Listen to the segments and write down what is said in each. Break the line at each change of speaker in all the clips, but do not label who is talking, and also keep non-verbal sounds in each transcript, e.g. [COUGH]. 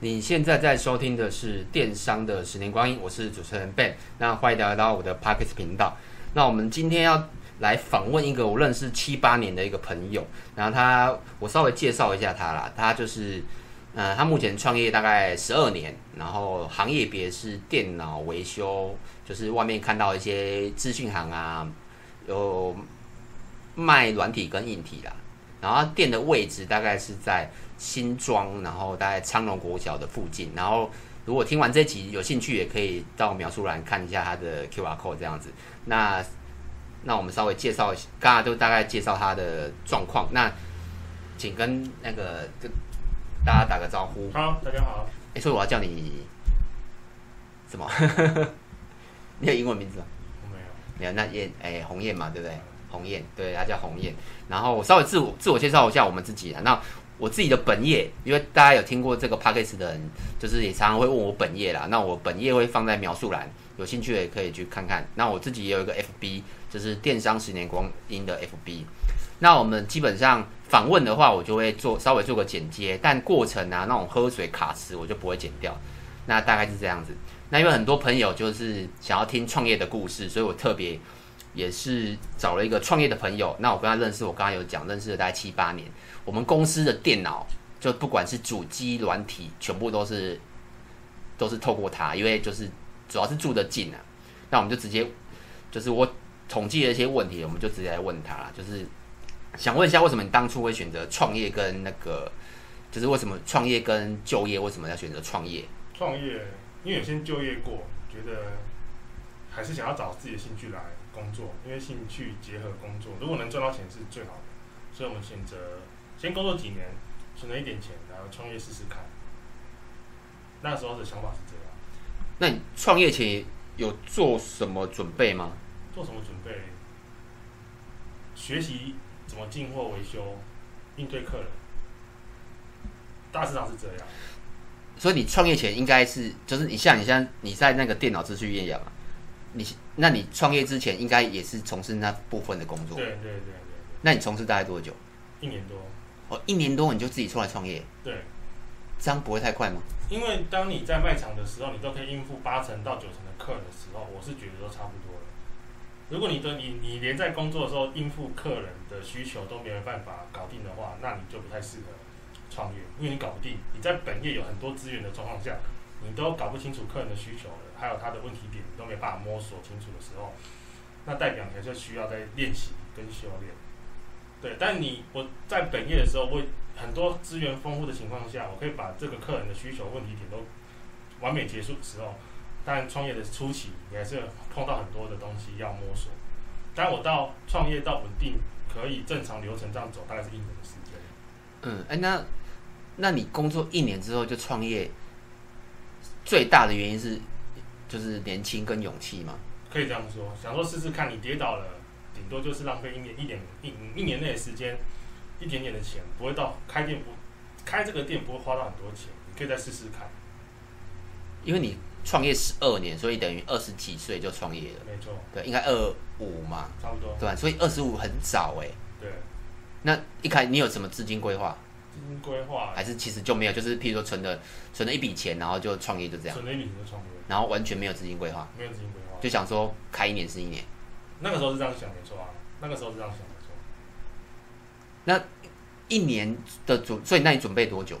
你现在在收听的是《电商的十年光阴》，我是主持人 Ben。那欢迎来到我的 p o c k e t 频道。那我们今天要来访问一个我认识七八年的一个朋友，然后他我稍微介绍一下他啦，他就是呃，他目前创业大概十二年，然后行业别是电脑维修，就是外面看到一些资讯行啊，有卖软体跟硬体啦。然后他店的位置大概是在新庄，然后大概昌隆国小的附近。然后如果听完这集有兴趣，也可以到描述栏看一下他的 QR code 这样子。那那我们稍微介绍一下，刚才都大概介绍他的状况。那请跟那个跟大家打个招呼。
好，大家好，
哎，所以我要叫你什么？ [LAUGHS] 你有英文名字吗？
我没有，
没有，那燕哎、红燕嘛，对不对？红燕，对，她叫红燕。然后我稍微自我自我介绍一下我们自己啊。那我自己的本业，因为大家有听过这个 p a c k a g e 的人，就是也常常会问我本业啦。那我本业会放在描述栏，有兴趣的也可以去看看。那我自己也有一个 FB，就是电商十年光阴的 FB。那我们基本上访问的话，我就会做稍微做个剪接，但过程啊那种喝水卡词我就不会剪掉。那大概是这样子。那因为很多朋友就是想要听创业的故事，所以我特别也是找了一个创业的朋友。那我跟他认识，我刚刚有讲认识了大概七八年。我们公司的电脑就不管是主机、软体，全部都是都是透过他，因为就是主要是住得近啊。那我们就直接就是我统计了一些问题，我们就直接来问他啦。就是想问一下，为什么你当初会选择创业跟那个，就是为什么创业跟就业，为什么要选择创业？
创业，因为有先就业过，觉得还是想要找自己的兴趣来工作，因为兴趣结合工作，如果能赚到钱是最好的，所以我们选择先工作几年，存了一点钱，然后创业试试看。那时候的想法是这样，
那你创业前有做什么准备吗？
做什么准备？学习怎么进货、维修、应对客人，大致上是这样。
所以你创业前应该是，就是你像你像你在那个电脑资讯业呀嘛，你那你创业之前应该也是从事那部分的工作
对。对对对
那你从事大概多久？
对，一年多。
哦，一年多你就自己出来创业，
对，
这样不会太快吗？
因为当你在卖场的时候，你都可以应付八成到九成的客人的时候，我是觉得都差不多了。如果你的你你连在工作的时候应付客人的需求都没有办法搞定的话，那你就不太适合创业，因为你搞不定。你在本业有很多资源的状况下，你都搞不清楚客人的需求了，还有他的问题点你都没办法摸索清楚的时候，那代表你就需要在练习跟修炼。对，但你我在本业的时候，我很多资源丰富的情况下，我可以把这个客人的需求问题点都完美结束的时候，但创业的初期，你还是碰到很多的东西要摸索。但我到创业到稳定，可以正常流程这样走，大概是一年的时间。
嗯，哎、那那你工作一年之后就创业，最大的原因是就是年轻跟勇气嘛。
可以这样说，想说试试看，你跌倒了，顶多就是浪费一年一点一一年内的时间，一点点的钱，不会到开店不开这个店不会花到很多钱，你可以再试试看，
因为你创业十二年，所以等于二十几岁就创业了，
没错，
对，应该二五嘛，
差不多，
对吧？所以二十五很早哎、
对，
那一开你有什么资金规划，
资金规划
还是其实就没有？就是譬如说存了存了一笔钱，然后就创业就这样，
存了一笔钱就创业，
然后完全没有资金规划，
没有资金规划。
就想说开一年是一年。
那个时候是这样想没错啊，那个时候是这样想没错。
一年的准，所以那你准备多久？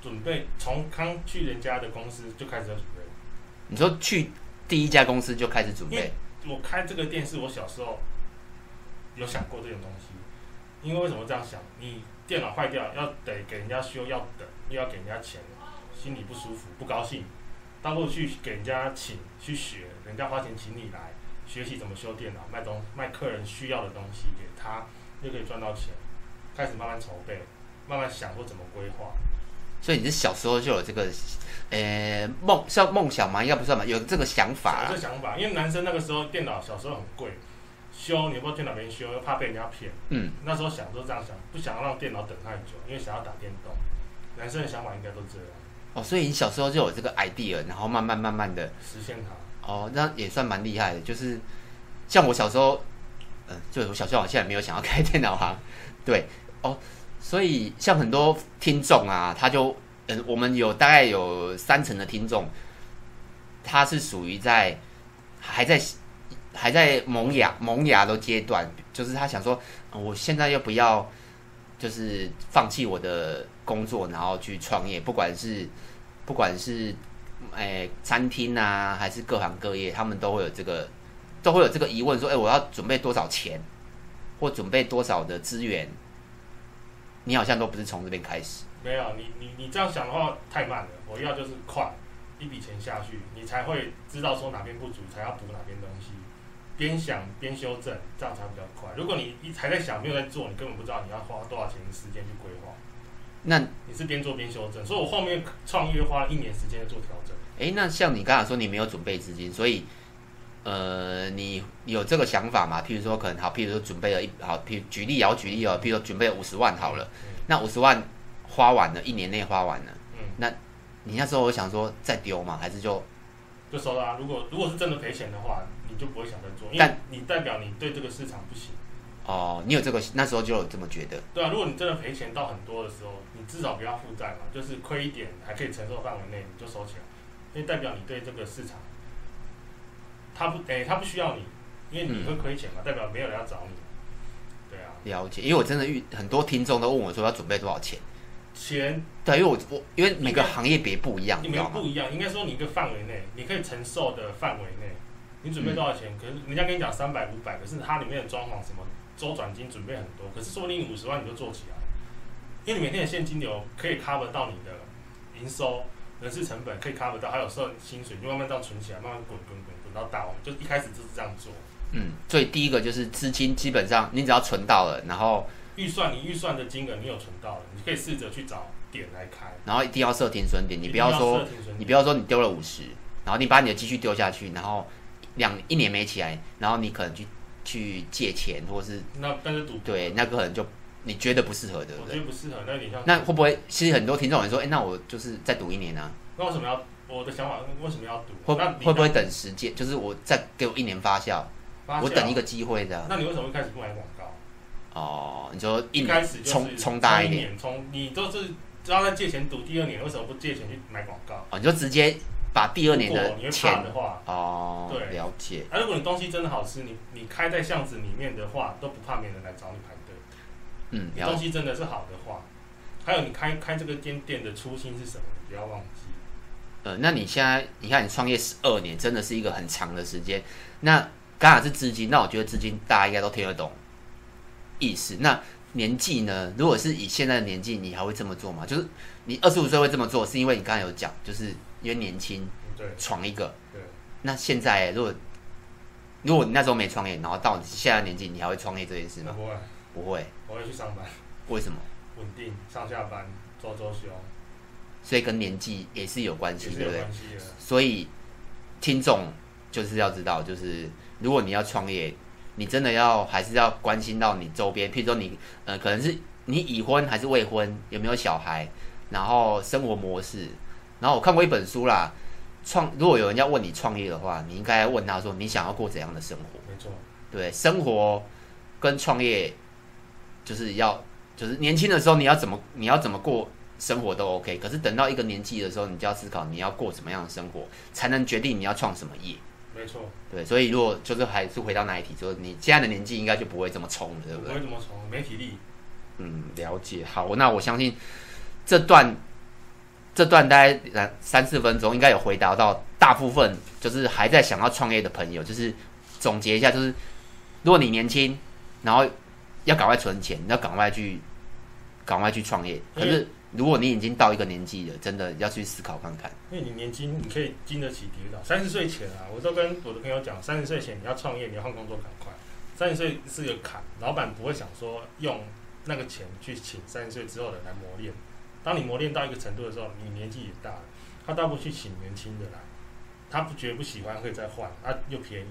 准备从刚去人家的公司就开始要准备。
你说去第一家公司就开始准备
因为，我开这个店是我小时候有想过这种东西，因为为什么这样想？你电脑坏掉要得给人家修，要等又要给人家钱，心里不舒服不高兴，倒不如去给人家请去学，人家花钱请你来学习怎么修电脑，卖东卖客人需要的东西给他，又可以赚到钱，开始慢慢筹备，慢慢想说怎么规划。
所以你是小时候就有这个，呃，梦算梦想吗？应该不算吧，有这个想法啊啦
有这。想法，因为男生那个时候电脑小时候很贵，修你又不知道去哪边修，又怕被人家骗。
嗯，
那时候想都这样想，不想让电脑等太久，因为想要打电动。男生的想法应该都这样，
哦，所以你小时候就有这个 idea，然后慢慢慢慢的。
实现它。
哦，那也算蛮厉害的。就是像我小时候，嗯、就是我小时候好像也没有想要开电脑行，对哦，所以像很多听众啊，他就哎、嗯，我们有大概有三成的听众，他是属于在还在还在萌芽萌芽的阶段，就是他想说，呃我现在要不要就是放弃我的工作，然后去创业，不管是不管是诶、哎餐厅啊，还是各行各业，他们都会有这个都会有这个疑问，说，哎、我要准备多少钱，或准备多少的资源？你好像都不是从这边开始。
没有，你你你这样想的话太慢了。我要就是快，一笔钱下去，你才会知道说哪边不足，才要补哪边东西。边想边修正，这样才比较快。如果你一还在想，没有在做，你根本不知道你要花多少钱时间去规划。
那
你是边做边修正，所以我后面创业花了一年时间做调整。
诶，那像你刚才说你没有准备资金，所以呃，你有这个想法嘛？譬如说，可能好，譬如说准备了一好，譬如举例啊，我举例哦，譬如说准备了五十万好了，
嗯
那五十万花完了，一年内花完了，
嗯，
你那时候有想说再丢嘛，还是就
就收啦、如果如果是真的赔钱的话，你就不会想再做，因为
但
你代表你对这个市场不行。
哦，你有这个那时候就有这么觉得，
对啊，如果你真的赔钱到很多的时候，你至少不要负债嘛，就是亏一点还可以承受范围内，你就收起来，因为代表你对这个市场，他不诶、他不需要你，因为
嗯
你会亏钱嘛，代表没有人要找你。对啊，
了解，因为我真的遇很多听众都问我说要准备多少钱，
钱
对，因为我我因为每个行业别不一样，
你
你知
们
道吗
不？一样，应该说你一个范围内，你可以承受的范围内，你准备多少钱？可是人家跟你讲三百、五百，可是它里面的装潢什么周转金准备很多，可是说不定五十万你就做起来，因为你每天的现金流可以 cover 到你的营收、人事成本可以 cover 到，还有收薪水，你就慢慢这样存起来，慢慢滚滚滚滚到大。我们就一开始就是这样做，
嗯，所以第一个就是资金，基本上你只要存到了，然后
预算你预算的金额你有存到了，你可以试着去找点来开。
然后一定要设停损点，你不
一
要
定
说
设停损
你
点
不要说你丢了五十，然后你把你的积蓄丢下去，然后两一年没起来，然后你可能去去借钱，或是
那但是赌博
对那个可能就你觉得不适合，对不
我觉
对？
得不适合，那有点像
那会
[LAUGHS]
不会其实很多听众也说，哎、那我就是再赌一年啊，
那为什么要？我的想法是为什么要赌？
会
那你
会不会等时间？就是我再给我一年发酵，
发
我
酵
等一个机会这样。
那你为什么一开始不买广告？
哦，你说一
一
年
开始就是
冲冲大
一
一点
年，冲你都是知道在借钱赌第二年，为什么不借钱去买广告？
哦，你就直接把第二年
如果
的
你会怕
钱
的话，
哦，
对
了解。
啊，如果你东西真的好吃，你你开在巷子里面的话，都不怕没人来找你排队。
嗯，
你
了
东
解。
西真的是好的话，还有你开开这个店店的初心是什么？你不要忘记。
呃，那你现在你看你创业十二年，真的是一个很长的时间。那刚好是资金，那我觉得资金大家应该都听得懂意思。那年纪呢？如果是以现在的年纪，你还会这么做吗？就是你二十五岁会这么做，是因为你刚才有讲，就是因为年轻
对
闯一个。
对，
那现在如果如果你那时候没创业，然后到你现在的年纪，你还会创业这件事
我
吗？
不会，
不会，
我会去上班，
为什么？
稳定上下班，周周休，
所以跟年纪也是有关系，
也是
对
有
不对？
关系的。
所以听众就是要知道，就是如果你要创业，你真的要还是要关心到你周边，譬如说你呃，可能是你已婚还是未婚，有没有小孩，然后生活模式。然后我看过一本书啦，创如果有人要问你创业的话，你应该问他说你想要过怎样的生活？
没错，
对，生活跟创业就是要，就是年轻的时候你要怎么你要怎么过生活都 OK，可是等到一个年纪的时候，你就要思考你要过什么样的生活，才能决定你要创什么业。
没错。
对，所以如果就是还是回到那一题，就是你现在的年纪应该就不会这么冲了，对不
我
对
不？会怎么从没体力，
嗯，了解。好，那我相信这段这段大概三三四分钟，应该有回答到大部分就是还在想要创业的朋友。就是总结一下，就是如果你年轻，然后要赶快存钱，要赶快去赶快去创业。可是如果你已经到一个年纪了，真的要去思考看看。
因为你年轻，你可以经得起跌倒。三十岁前啊，我都跟我的朋友讲，三十岁前你要创业，你要换工作，赶快。三十岁是个坎，老板不会想说用那个钱去请三十岁之后的人来磨练。当你磨练到一个程度的时候，你年纪也大了，他倒不如去请年轻的来，他不觉得不喜欢可以再换，啊又便宜。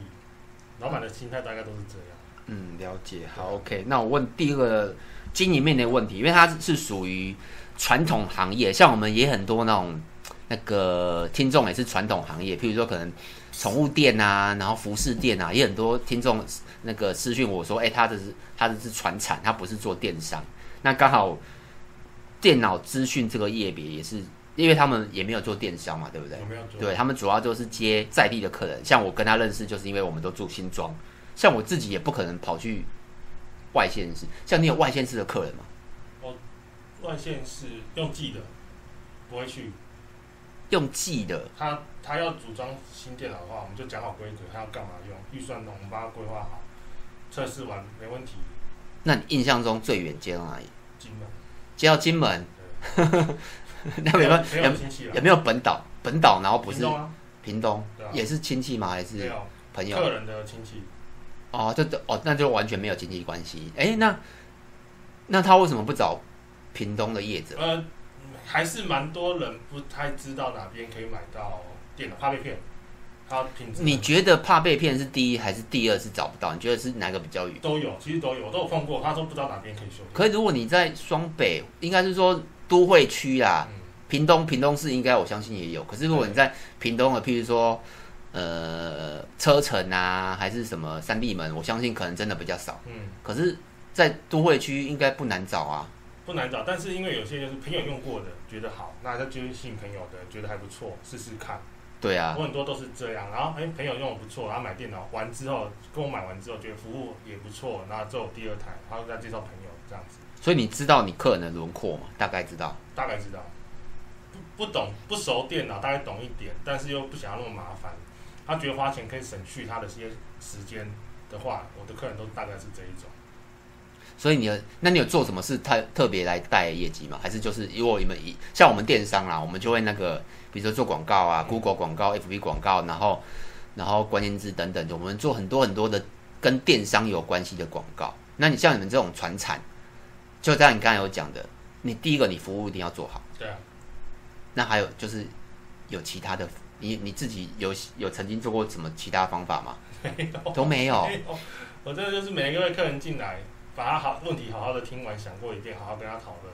老板的心态大概都是这样。
嗯，了解。好，OK。那我问第二个经营面的问题，因为它是属于传统行业，像我们也很多那种那个听众也是传统行业，譬如说可能宠物店啊，然后服饰店啊，也很多听众那个私讯我说，哎、他这是他这是传产，他不是做电商。那刚好电脑资讯这个业别也是因为他们也没有做电商嘛，对不对？
有没有做？
对他们主要就是接在地的客人，像我跟他认识，就是因为我们都住新庄，像我自己也不可能跑去外县市。像你有外县市的客人吗？
外线是用寄的，不会去。
用寄的，
他他要组装新电脑的话，我们就讲好规格，他要干嘛用，预算我们帮他规划好，测试完没问题，
那你印象中最远接到哪里？
进门。
接到金门， [LAUGHS]
对，
那有没有
没有亲戚
有
了？
有没有本岛？本岛然后不
民
是
众啊？
屏东
对啊，
也是亲戚吗？还
没
是
有
朋友？
客人的亲戚，
哦，这这哦，那就完全没有经济关系。哎，那那他为什么不找屏东的业者？
呃，嗯还是蛮多人不太知道哪边可以买到电脑，怕被骗。他品质
你觉得怕被骗是第一还是第二是找不到？你觉得是哪个比较远？
都有，其实都有，我都有碰过，他都不知道哪边可以修。
可是如果你在双北，应该是说都会区啦，
嗯，
屏东屏东市应该我相信也有。可是如果你在屏东的，譬如说呃车城啊，还是什么三立门，我相信可能真的比较少。
嗯，
可是，在都会区应该不难找啊。
不难找，但是因为有些就是朋友用过的，觉得好，那他就是信朋友的，觉得还不错，试试看。
对啊，
我很多都是这样，然后哎、朋友用的不错，然后买电脑完之后，跟我买完之后觉得服务也不错，然后之后第二台，然后再介绍朋友这样子，
所以你知道你客人的轮廓嘛？大概知道。
大概知道。不不懂不熟电脑，大概懂一点，但是又不想要那么麻烦，他觉得花钱可以省去他的一些时间的话，我的客人都大概是这一种。
所以你有，那你有做什么事特特别来带业绩吗？还是就是如果你们以像我们电商啦，我们就会那个，比如说做广告啊，Google
嗯
广告、FB 广告，然后然后关键字等等的，我们做很多很多的跟电商有关系的广告。那你像你们这种传产，就像你刚才有讲的，你第一个你服务一定要做好，
对啊，
那还有就是有其他的，你你自己有有曾经做过什么其他方法吗？
没有
都没有。
没有，我真的就是每一位客人进来，把他好问题好好的听完，想过一遍，好好跟他讨论。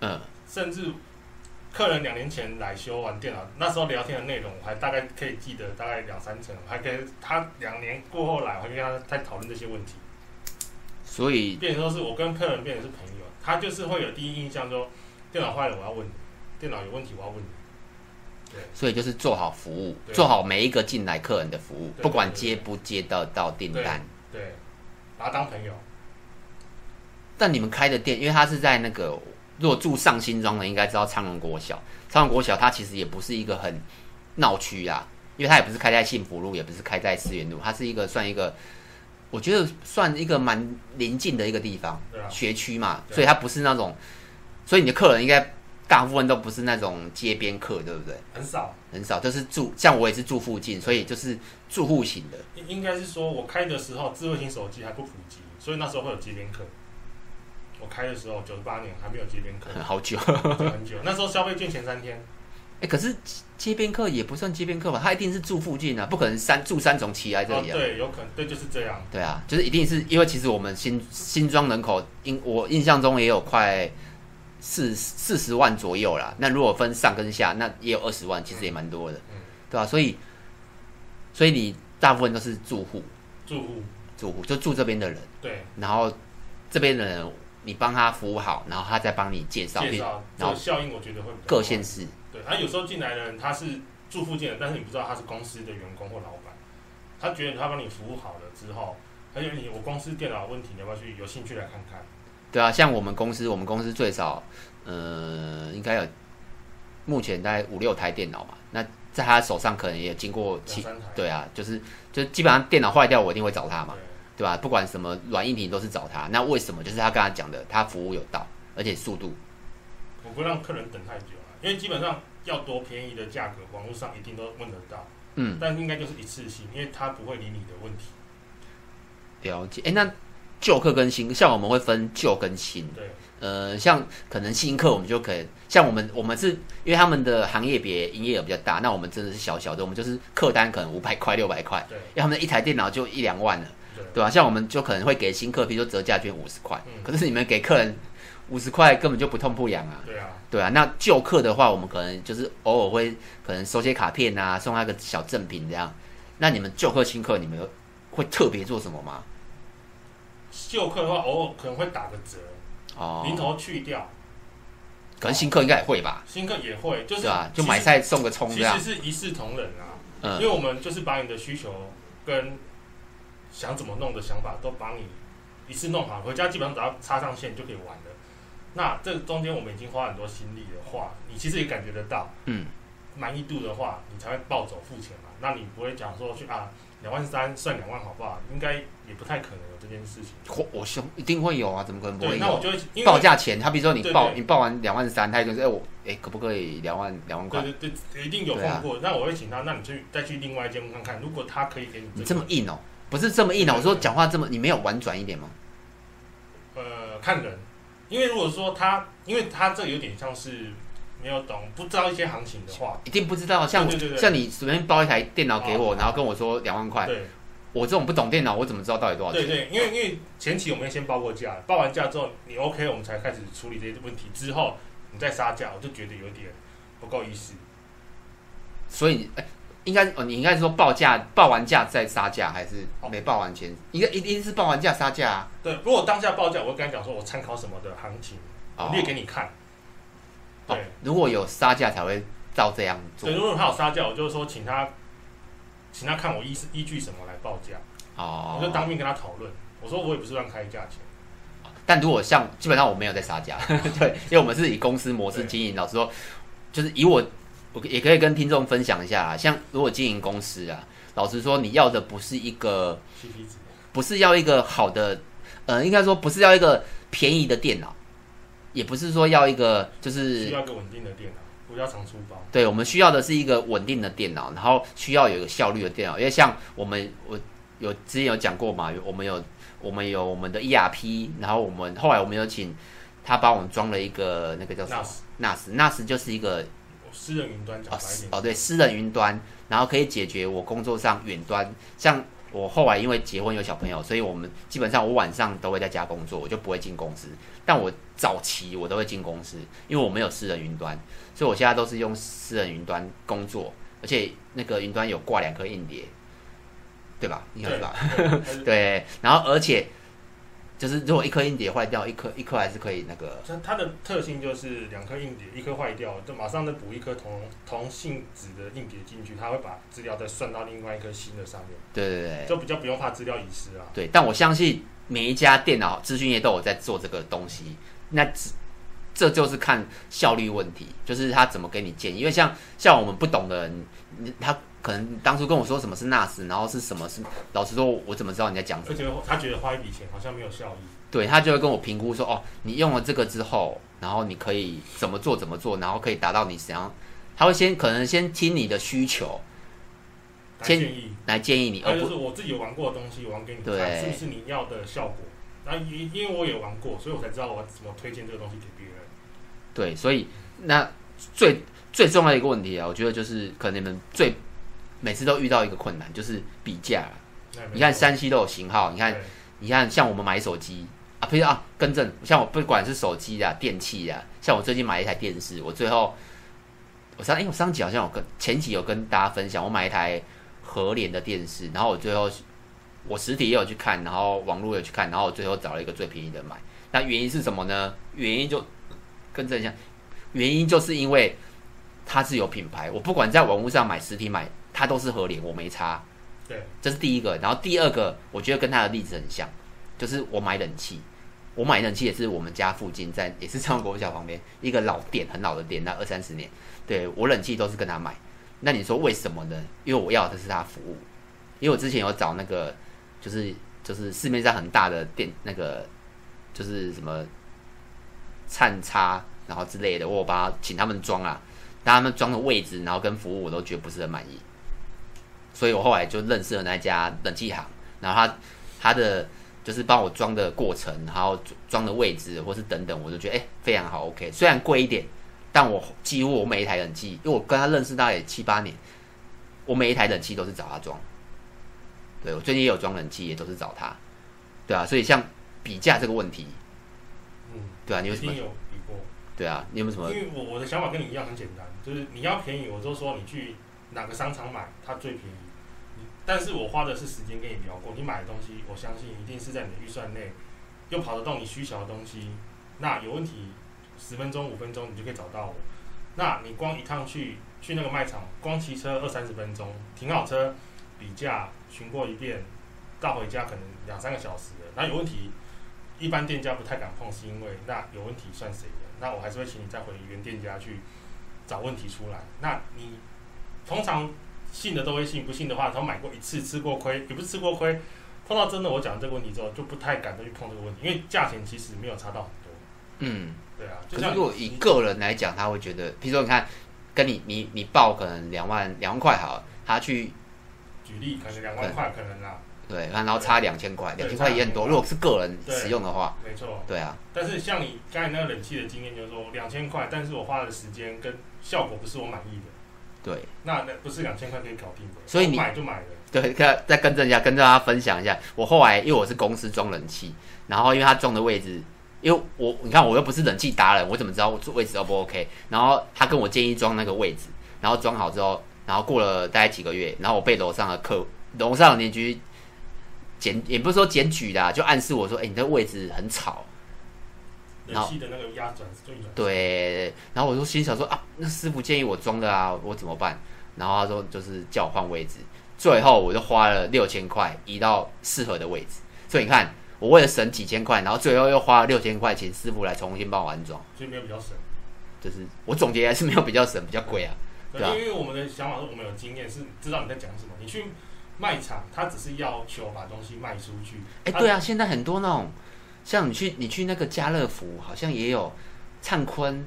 嗯，
甚至客人两年前来修完电脑，那时候聊天的内容我还大概可以记得大概两三成，我还跟他两年过后来，我还跟他在讨论这些问题，
所以
变成说是我跟客人变成是朋友，他就是会有第一印象说电脑坏了我要问你，电脑有问题我要问你，
所以就是做好服务，
对
做好每一个进来客人的服务，
对
不管
对对
接不接得到订单。
对，把他当朋友，
但你们开的店，因为它是在那个，如果住上新庄的，应该知道昌荣国小。昌荣国小它其实也不是一个很闹区啦，因为它也不是开在幸福路，也不是开在思源路，它是一个算一个，我觉得算一个蛮临近的一个地方，
对啊，
学区嘛，
对
所以它不是那种，所以你的客人应该大部分都不是那种街边客，对不对？
很少，
很少，就是住，像我也是住附近，所以就是住户型的。 [LAUGHS]
应应该是说我开的时候智慧型手机还不普及，所以那时候会有街边客。我开的时候九十八年还没有街边客，
好久。
就很久。那时候消费券前三天，
哎、可是街边客也不算街边客吧？他一定是住附近啊，不可能三住三重骑来这
哦
里啊。
对，有可能对就是这样。
对啊，就是一定是因为其实我们新新庄人口，印我印象中也有快四四十万左右啦。那如果分上跟下，那也有二十万，其实也蛮多的，
嗯
对啊吧、所以，所以你大部分都是住户，
住户，
住户就住这边的人，
对，
然后这边的人你帮他服务好，然后他再帮你介绍，
介
譬如
绍这
然后
个效应，我觉得会比较
各
好
县市。
对，他有时候进来的人他是住附近的，但是你不知道他是公司的员工或老板，他觉得他帮你服务好了之后，他就你我公司电脑有问题，你要不要去有兴趣来看看？
对啊，像我们公司，我们公司最少，呃，应该有目前大概五六台电脑嘛。那在他手上可能也经过
两
七，
三台，
对啊，就是就基本上电脑坏掉，我一定会找他嘛，
对，
对吧、不管什么软硬体都是找他。那为什么？就是他刚才讲的，他服务有到，而且速度。
我不会让客人等太久了，因为基本上要多便宜的价格，网络上一定都问得到，
嗯，
但应该就是一次性，因为他不会理你的问题。
了解。哎，那旧客跟新，像我们会分旧跟新。
对，
呃，像可能新客我们就可以，像我们我们是因为他们的行业别营业额比较大，那我们真的是小小的，我们就是客单可能五百块六百块。
对，
因为他们一台电脑就一两万了，
对，
对吧、像我们就可能会给新客，比如说折价券五十块，
嗯
可是你们给客人五十块根本就不痛不痒啊，
对啊，
对啊。那旧客的话，我们可能就是偶尔会可能收些卡片啊，送他个小赠品这样。那你们旧客新客，你们有会特别做什么吗？
旧客的话，偶尔可能会打个折，
哦，
零头去掉，
可能新客应该也会吧，
新客也会，就是
对吧？就
其实
买菜送个葱
其
这样
实，是一视同仁啊，
嗯
因为我们就是把你的需求跟想怎么弄的想法都帮你一次弄好，回家基本上只要插上线就可以玩了。那这中间我们已经花很多心力的话，你其实也感觉得到，
嗯，
满意度的话，你才会暴走付钱嘛。那你不会讲说去啊两万三算两万好不好？应该也不太可能有这件事情。
我我兄一定会有啊，怎么可能不
对，
会
那我
有？
就会因为
报价钱，他比如说你
对
报
对
你报完两万三，他一定是哎我哎可不可以两万两万块
对？对对，一定有
对啊
碰过。那我会请他，那你去再去另外一间问看看，如果他可以给
你
你
这
这
么
个，
硬哦、不是这么硬哦、
对
我说讲话这么，你没有婉转一点吗？
呃，看人，因为如果说他，因为他这有点像是没有懂，不知道一些行情的话，
一定不知道，像
对对对对
像你随便包一台电脑给我，
哦
然后跟我说两万块，
对
我这种不懂电脑，我怎么知道到底多少
对
钱？
对，因为因为前期我们要先报过价，报完价之后你 OK，我们才开始处理这些问题，之后你再杀价，我就觉得有点不够意思。
所以哎、应该哦，你应该说报价报完价再杀价，还是
哦
没报完钱？应该一定是报完价杀价啊。
对，如果当下报价，我会跟他讲说，我参考什么的行情，我列给你看。
哦
对，
如果有杀价才会照这样做
对，如果他有杀价，我就说请他，请他看我依依据什么来报价，我就
哦。
当面跟他讨论。我说我也不是乱开价钱，
但如果像基本上我没有在杀价， [LAUGHS] 对，因为我们是以公司模式经营，老实说，就是以我我也可以跟听众分享一下啊，像如果经营公司啊，老实说你要的不是一个。
c p 值。
不是要一个好的，呃，应该说不是要一个便宜的电脑，也不是说要一个就
需
是
要一个稳定的电脑，不要常出包。
对我们需要的是一个稳定的电脑，然后需要有一个效率的电脑，因为像我们我有之前有讲过嘛，我们有我们有我们的 ERP，然后我们后来我们有请他帮我们装了一个那个叫什么
那是
NAS，NAS 就是一个
私人云端讲
哦
白一
私
点，
哦对私人云端，然后可以解决我工作上远端。像我后来因为结婚有小朋友，所以我们基本上我晚上都会在家工作，我就不会进公司。但我早期我都会进公司，因为我没有私人云端，所以我现在都是用私人云端工作，而且那个云端有挂两颗硬碟，对吧？你看
对
吧？
[LAUGHS] 还是
对，然后而且就是如果一颗硬碟坏掉，一颗一颗还是可以那个
它它的特性就是两颗硬碟，一颗坏掉，就马上再补一颗同同性质的硬碟进去，它会把资料再算到另外一颗新的上面，
对对对。
就比较不用怕资料遗失啊。
对，但我相信每一家电脑资讯业都有在做这个东西，那只这就是看效率问题，就是他怎么给你建议。因为像像我们不懂的人，你他可能当初跟我说什么是 NAS，然后是什么是，老实说，我怎么知道你在讲什
而
么？
且他觉得花一笔钱好像没有效益，
对他就会跟我评估说，哦，你用了这个之后，然后你可以怎么做怎么做，然后可以达到你想要。他会先可能先听你的需求
来
先
建议。
来建议你，
还
而
有就
不
是我自己有玩过的东西，我玩给你
对
看，是不是你要的效果？那因因为我也玩过，所以我才知道我怎么推荐这个东西给别人。
对，所以那最最重要的一个问题啊，我觉得就是可能你们最每次都遇到一个困难，就是比价啦。
那也没
你看
错
山西都有型号，你看
对
你看像我们买手机啊，不是啊，更正，像我不管是手机啊、电器啊，像我最近买一台电视，我最后我上因为我上集好像有跟前集有跟大家分享，我买一台和联的电视，然后我最后我实体也有去看，然后网络也有去看，然后我最后找了一个最便宜的买。那原因是什么呢？原因就更正一下，原因就是因为它是有品牌，我不管在网络上买、实体买，它都是和联，我没差。
对，
这是第一个。然后第二个，我觉得跟他的例子很像，就是我买冷气，我买冷气也是我们家附近在，也是上国小旁边一个老店，很老的店，那二三十年，对我冷气都是跟他买。那你说为什么呢？因为我要的是他的服务，因为我之前有找那个，就是就是市面上很大的店，那个就是什么灿叉，然后之类的，我有把他请他们装啊，但他们装的位置，然后跟服务我都觉得不是很满意。所以我后来就认识了那家冷气行，然后他他的就是帮我装的过程，然后装的位置或是等等，我就觉得哎、非常好，OK。虽然贵一点，但我几乎我每一台冷气，因为我跟他认识大概也七八年，我每一台冷气都是找他装。对我最近也有装冷气，也都是找他，对啊。所以像比价这个问题，
嗯，
对啊，你有
一
什么
定？有比过。
对啊，你有没有什么
因？为我我的想法跟你一样很简单，就是你要便宜，我就说你去哪个商场买，它最便宜。你但是我花的是时间跟你聊过，你买的东西，我相信一定是在你的预算内，又跑得动你需求的东西。那有问题，十分钟、五分钟，你就可以找到我。那你光一趟去去那个卖场，光骑车二三十分钟，停好车，比价巡过一遍，到回家可能两三个小时了。那有问题，一般店家不太敢碰，是因为那有问题算谁的？那我还是会请你再回原店家去找问题出来。那你通常信的都会信，不信的话，他买过一次吃过亏，也不是吃过亏，碰到真的我讲这个问题之后，就不太敢再去碰这个问题，因为价钱其实没有差到很多。
嗯，
对啊，
可
就
是
像
如果以个人来讲，他会觉得，譬如说你看，跟你你你报可能两万两万块好了，他去
举例，可能两万块，可能啦、
对，然后差两千块，
对
两千块也很多。
差两千块
如果是个人
对
使用的话，
没错。
对啊，
但是像你刚才那个冷气的经验，就是说两千块，但是我花的时间跟效果不是我满意的，
对
那那不是两千块可以搞定的。
所以你
我买就买了，
对，跟再跟正一下，跟大家分享一下，我后来因为我是公司装冷气，然后因为他装的位置。因为我你看我又不是冷气达人，我怎么知道我位置 O 不 OK？然后他跟我建议装那个位置，然后装好之后，然后过了大概几个月，然后我被楼上的客楼上的邻居检也不是说检举啦，就暗示我说，哎、你这位置很吵，
冷气的那个压转就转。
对，啊然后我就心想说啊，那师傅建议我装的啊，我怎么办？然后他说就是叫我换位置，最后我就花了六千块移到适合的位置。所以你看，我为了省几千块，然后最后又花了六千块请师傅来重新帮我安装，
所以没有比较省。
就是我总结还是没有比较省，比较贵啊。对
对，
啊
因为我们的想法是我们有经验，是知道你在讲什么。你去卖场，他只是要求把东西卖出去。
哎，对啊，现在很多那种，像你去你去那个家乐福，好像也有灿坤，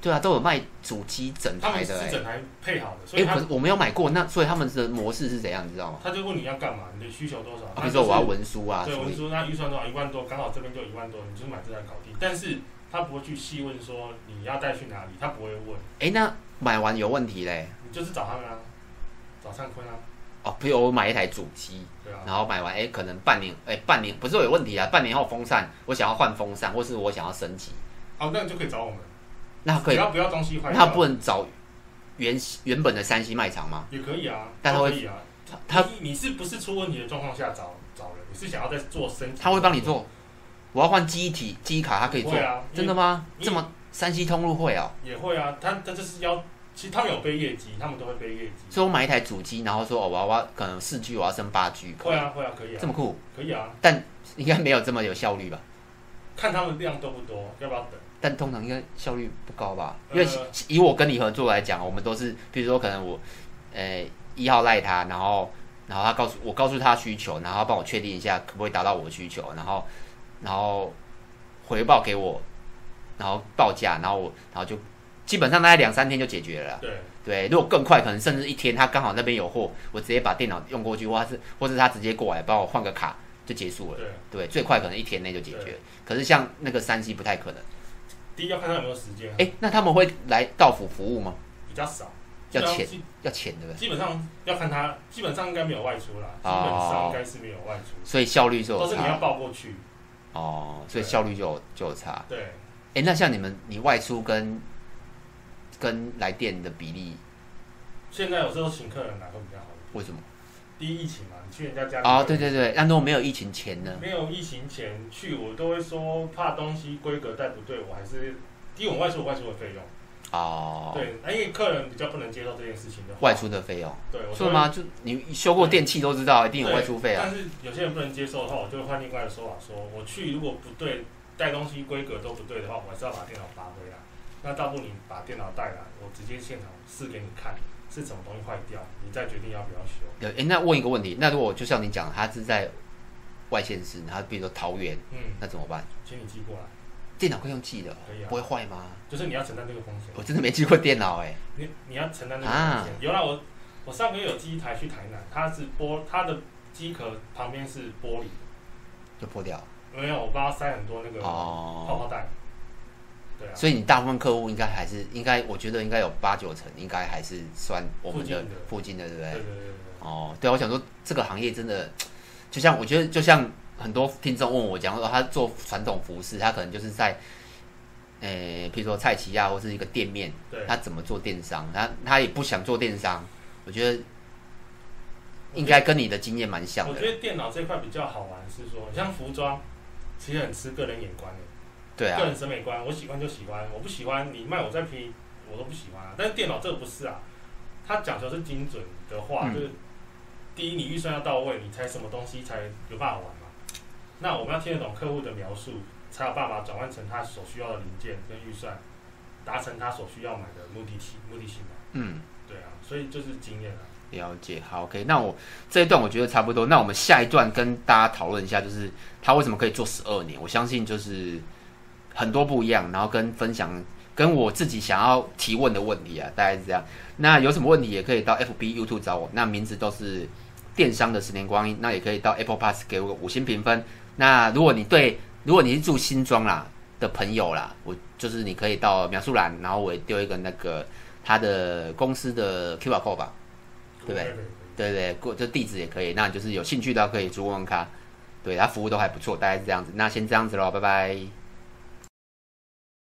对啊，都有卖主机整
他
台
们
的、
是
欸。
整台配好的，所
哎，
以他
可是我没有买过，那所以他们的模式是怎样，你知道吗？
他就问你要干嘛，你的需求多少。
啊，
那
比如
就
说
是
我要文书啊，
对，
处
文
理
书那预算多少？一万多，刚好这边就一万多，你就是买这台搞定。但是他不会去细问说你要带去哪里，他不会问，
哎，那买完有问题嘞？
你就是找他们啊，找灿坤啊，
哦，比如我买一台主机，
对啊，
然后买完，哎，可能半年，哎，半年不是有问题啊？半年后风扇，我想要换风扇，或是我想要升级，
好，那你就可以找我们，
那可
只
以，
要不要东西坏
那
掉，
不能找原原本的山西卖场吗？
也可以啊，
但他
都
会
可以啊，
他
你你是不是出问题的状况下找找人？你是想要在做升级？
他会帮你，做。我要换记忆体、记忆卡，他可以做
会，啊，
真的吗？
因为
这么山西通路会哦，
也会啊，他他就是要，其实他们有背业绩，他们都会背业绩，
所以我买一台主机，然后说哦，我要我要可能四 G，我要升八 G，
会，啊会啊可以
这
啊
么酷，
可以啊，
应该没有这么有效率吧？
看他们量多不多，要不要等？
但通常应该效率不高吧？
呃
因为以我跟你合作来讲，我们都是，比如说可能我，呃，一号赖他，然后然后他告诉我告诉他需求，然后他帮我确定一下可不可以达到我的需求，然后然后回报给我，然后报价，然后我然后就基本上大概两三天就解决了啦。
对，
对，如果更快，可能甚至一天，他刚好那边有货，我直接把电脑用过去，或是或是他直接过来帮我换个卡就结束了。
对。
对，最快可能一天内就解决。可是像那个山西不太可能。
第一要看他有没有时间啊，
哎、那他们会来到府服务吗？
比较少，啊
要钱
基本上
要钱对不对？
基本上要看他，基本上应该没有外出啦，基
哦
本上应该是没有外出，
所以效率就
都
有
是哦你要
差
报过去，
哦，所以效率就有就有差。
对，
哎、那像你们你外出跟跟来电的比例
现在有时候请客人来会比较好一点，
为什么？
第一疫情嘛，你去人家家里
哦，对，对对，那如果没有疫情前呢？
没有疫情前去我都会说怕东西规格带不对，我还是第一我外出有外出的费用，
哦，
对，那因为客人比较不能接受这件事情的话，
外出的费用
对，我
是
都会
吗？就你修过电器都知道，一定有
对
外出费啊。
但是有些人不能接受的话，我就会换另外的说法说，我去如果不对，带东西规格都不对的话，我还是要把电脑拔回来。那倒不如你把电脑带来，我直接现场试给你看是什么东西坏掉，你再决定要不要修。
对，哎、那问一个问题，那如果就像你讲，他是在外县市，他比如说桃园，
嗯，
那怎么办？
请你寄过来，
电脑可以用寄的，
可以啊
不会坏吗？
就是你要承担这个风险，
我真的没寄过电脑哎、
你你要承担这个风险。有啦，我我上个月有寄一台去台南，它是玻，它的机壳旁边是玻璃，
就破掉
没有，我帮它塞很多那个泡
哦。
泡袋。对啊，
所以你大部分客户应该还是应该，我觉得应该有八九成应该还是算我们的
附近的
附近的，对不
对对
对？
对对。
哦，对啊，我想说这个行业真的，就像我觉得就像很多听众问我讲说，他做传统服饰，他可能就是在，诶、譬如说菜奇亚或是一个店面，
对
他怎么做电商，他他也不想做电商，我觉得应该跟你的经验蛮像
我
的
觉得电脑这块比较好玩，是说像服装，其实很吃个人眼光的。
对
个
啊，
人审美观，我喜欢就喜欢，我不喜欢你卖我再便宜我都不喜欢啊。但是电脑这个不是啊，它讲求是精准的话，
嗯
就是第一你预算要到位，你才什么东西才有办法玩嘛。那我们要听得懂客户的描述，才有办法转换成他所需要的零件跟预算，达成他所需要买的目的性目的性嘛。
嗯，
对啊，所以就是经验啊。
了解。好，OK，那我这一段我觉得差不多。那我们下一段跟大家讨论一下，就是他为什么可以做十二年。我相信就是很多不一样，然后跟分享跟我自己想要提问的问题啊，大概是这样。那有什么问题也可以到 FB、YouTube 找我，那名字都是电商的十年光阴。那也可以到 Apple Pass 给我个五星评分。那如果你对，如果你是住新庄啦的朋友啦，我就是你可以到描述栏，然后我也丢一个那个他的公司的 QR code 吧。对不对对
对对
对，过这地址也可以。那你就是有兴趣的话可以去问问看，对他服务都还不错，大概是这样子。那先这样子喽，拜拜。